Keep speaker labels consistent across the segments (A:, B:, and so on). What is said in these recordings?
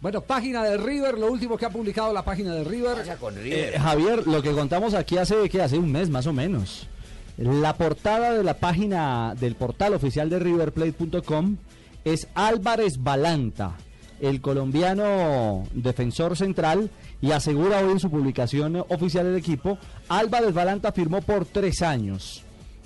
A: Bueno, página de River, lo último que ha publicado la página de River.
B: Eh, Javier, lo que contamos aquí hace que hace un mes más o menos. La portada de la página del portal oficial de riverplate.com es Álvarez Balanta, el colombiano defensor central, y asegura hoy en su publicación eh, oficial del equipo, Álvarez Balanta firmó por tres años.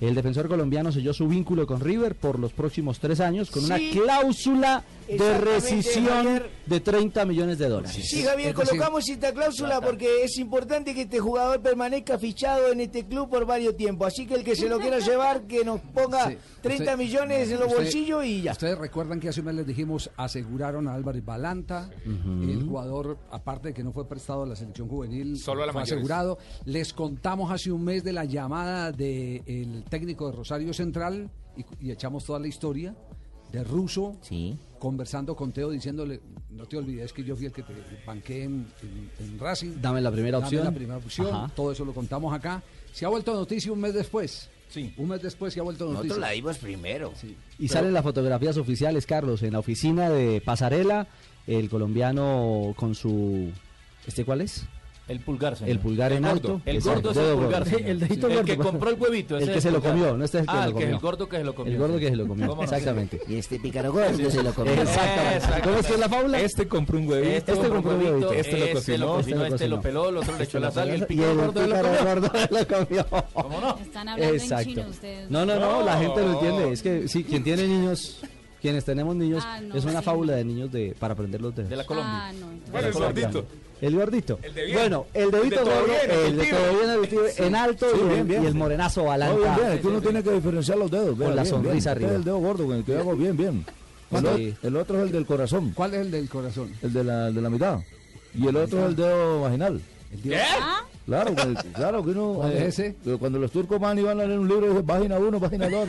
B: El defensor colombiano selló su vínculo con River por los próximos tres años con una cláusula de
C: Exactamente,
B: rescisión
C: Javier.
B: de 30 millones de dólares.
C: Sí, Javier, colocamos esta cláusula porque es importante que este jugador permanezca fichado en este club por varios tiempos. Así que el que se lo quiera llevar, que nos ponga
A: Sí,
C: 30
A: usted-
C: millones en los
A: usted-
C: bolsillos y ya.
A: Ustedes recuerdan que hace un mes les dijimos, aseguraron a Álvarez Balanta, el jugador, aparte de que no fue prestado a la selección juvenil,
D: Solo a la
A: fue
D: mayores.
A: asegurado. Les contamos hace un mes de la llamada del técnico de Rosario Central y, y echamos toda la historia de Russo conversando con Teo diciéndole, no te olvides que yo fui el que te banqué en, en- en Racing.
B: Dame la primera
A: Dame
B: opción.
A: la primera opción.
B: Ajá.
A: Todo eso lo contamos acá. Se ha vuelto noticia un mes después.
D: Sí.
A: Un mes después se ha vuelto noticia.
E: Nosotros la dimos primero.
B: Y salen las fotografías oficiales, Carlos, en la oficina de Pasarela, el colombiano con su... ¿Este cuál es?
F: El pulgar, señor.
B: El pulgar en
F: gordo.
B: alto.
F: El
B: Exacto,
F: gordo es el
B: dedo
F: pulgar,
B: gordo.
F: señor.
B: El dedito
F: Sí.
B: gordo.
F: que compró el huevito.
B: El
F: ese
B: que
F: es
B: se lo
F: pulgar.
B: comió, no este es el que
F: ah,
B: lo
F: el que-
B: comió.
F: el gordo que se lo comió.
B: El gordo
F: sí.
B: que se lo comió,
F: ¿Cómo no?
B: exactamente.
E: Y este pícaro gordo se lo comió.
B: Exactamente. ¿Cómo es que es la fábula?
G: Este compró un huevito.
F: Este,
B: Este
F: compró
B: compró
F: el huevito,
B: huevito,
F: este, lo cocinó, este lo, peló, el otro le echó la sal y el
B: y
F: pico
B: el
F: gordo se lo
B: pícaro
F: comió.
B: gordo lo comió.
F: ¿Cómo no?
H: Están hablando en
B: Exacto.
H: chino ustedes.
B: No, no, no, la
F: No.
B: gente lo entiende. Es que sí, quien tiene niños, quienes tenemos niños,
H: Ah, no,
B: es una
H: sí.
B: fábula de niños de para aprender los dedos.
F: De la Colombia.
H: Ah, no. entonces-
D: Bueno, el gordito.
B: El gordito.
D: El de bien.
B: Bueno, el
D: El de
B: dedito
D: todo
B: gordo,
D: bien,
B: el de
D: adictivo.
B: todo bien adictivo, en alto y, el-
G: bien, bien.
B: y el morenazo balanta.
G: Tú no tienes que diferenciar los dedos.
B: Con la sonrisa
G: Este
B: arriba.
G: es el dedo gordo con el que yo hago bien, bien.
B: Cuando-
G: El, el otro es el del corazón,
A: ¿Cuál es el del corazón?
G: el de la, el de la mitad. Y el otro es el dedo vaginal. Claro, con el- claro que uno.
A: ¿Cuál es ese?
G: eh, Cuando los turcos van y van a leer un libro, dicen página 1, página 2.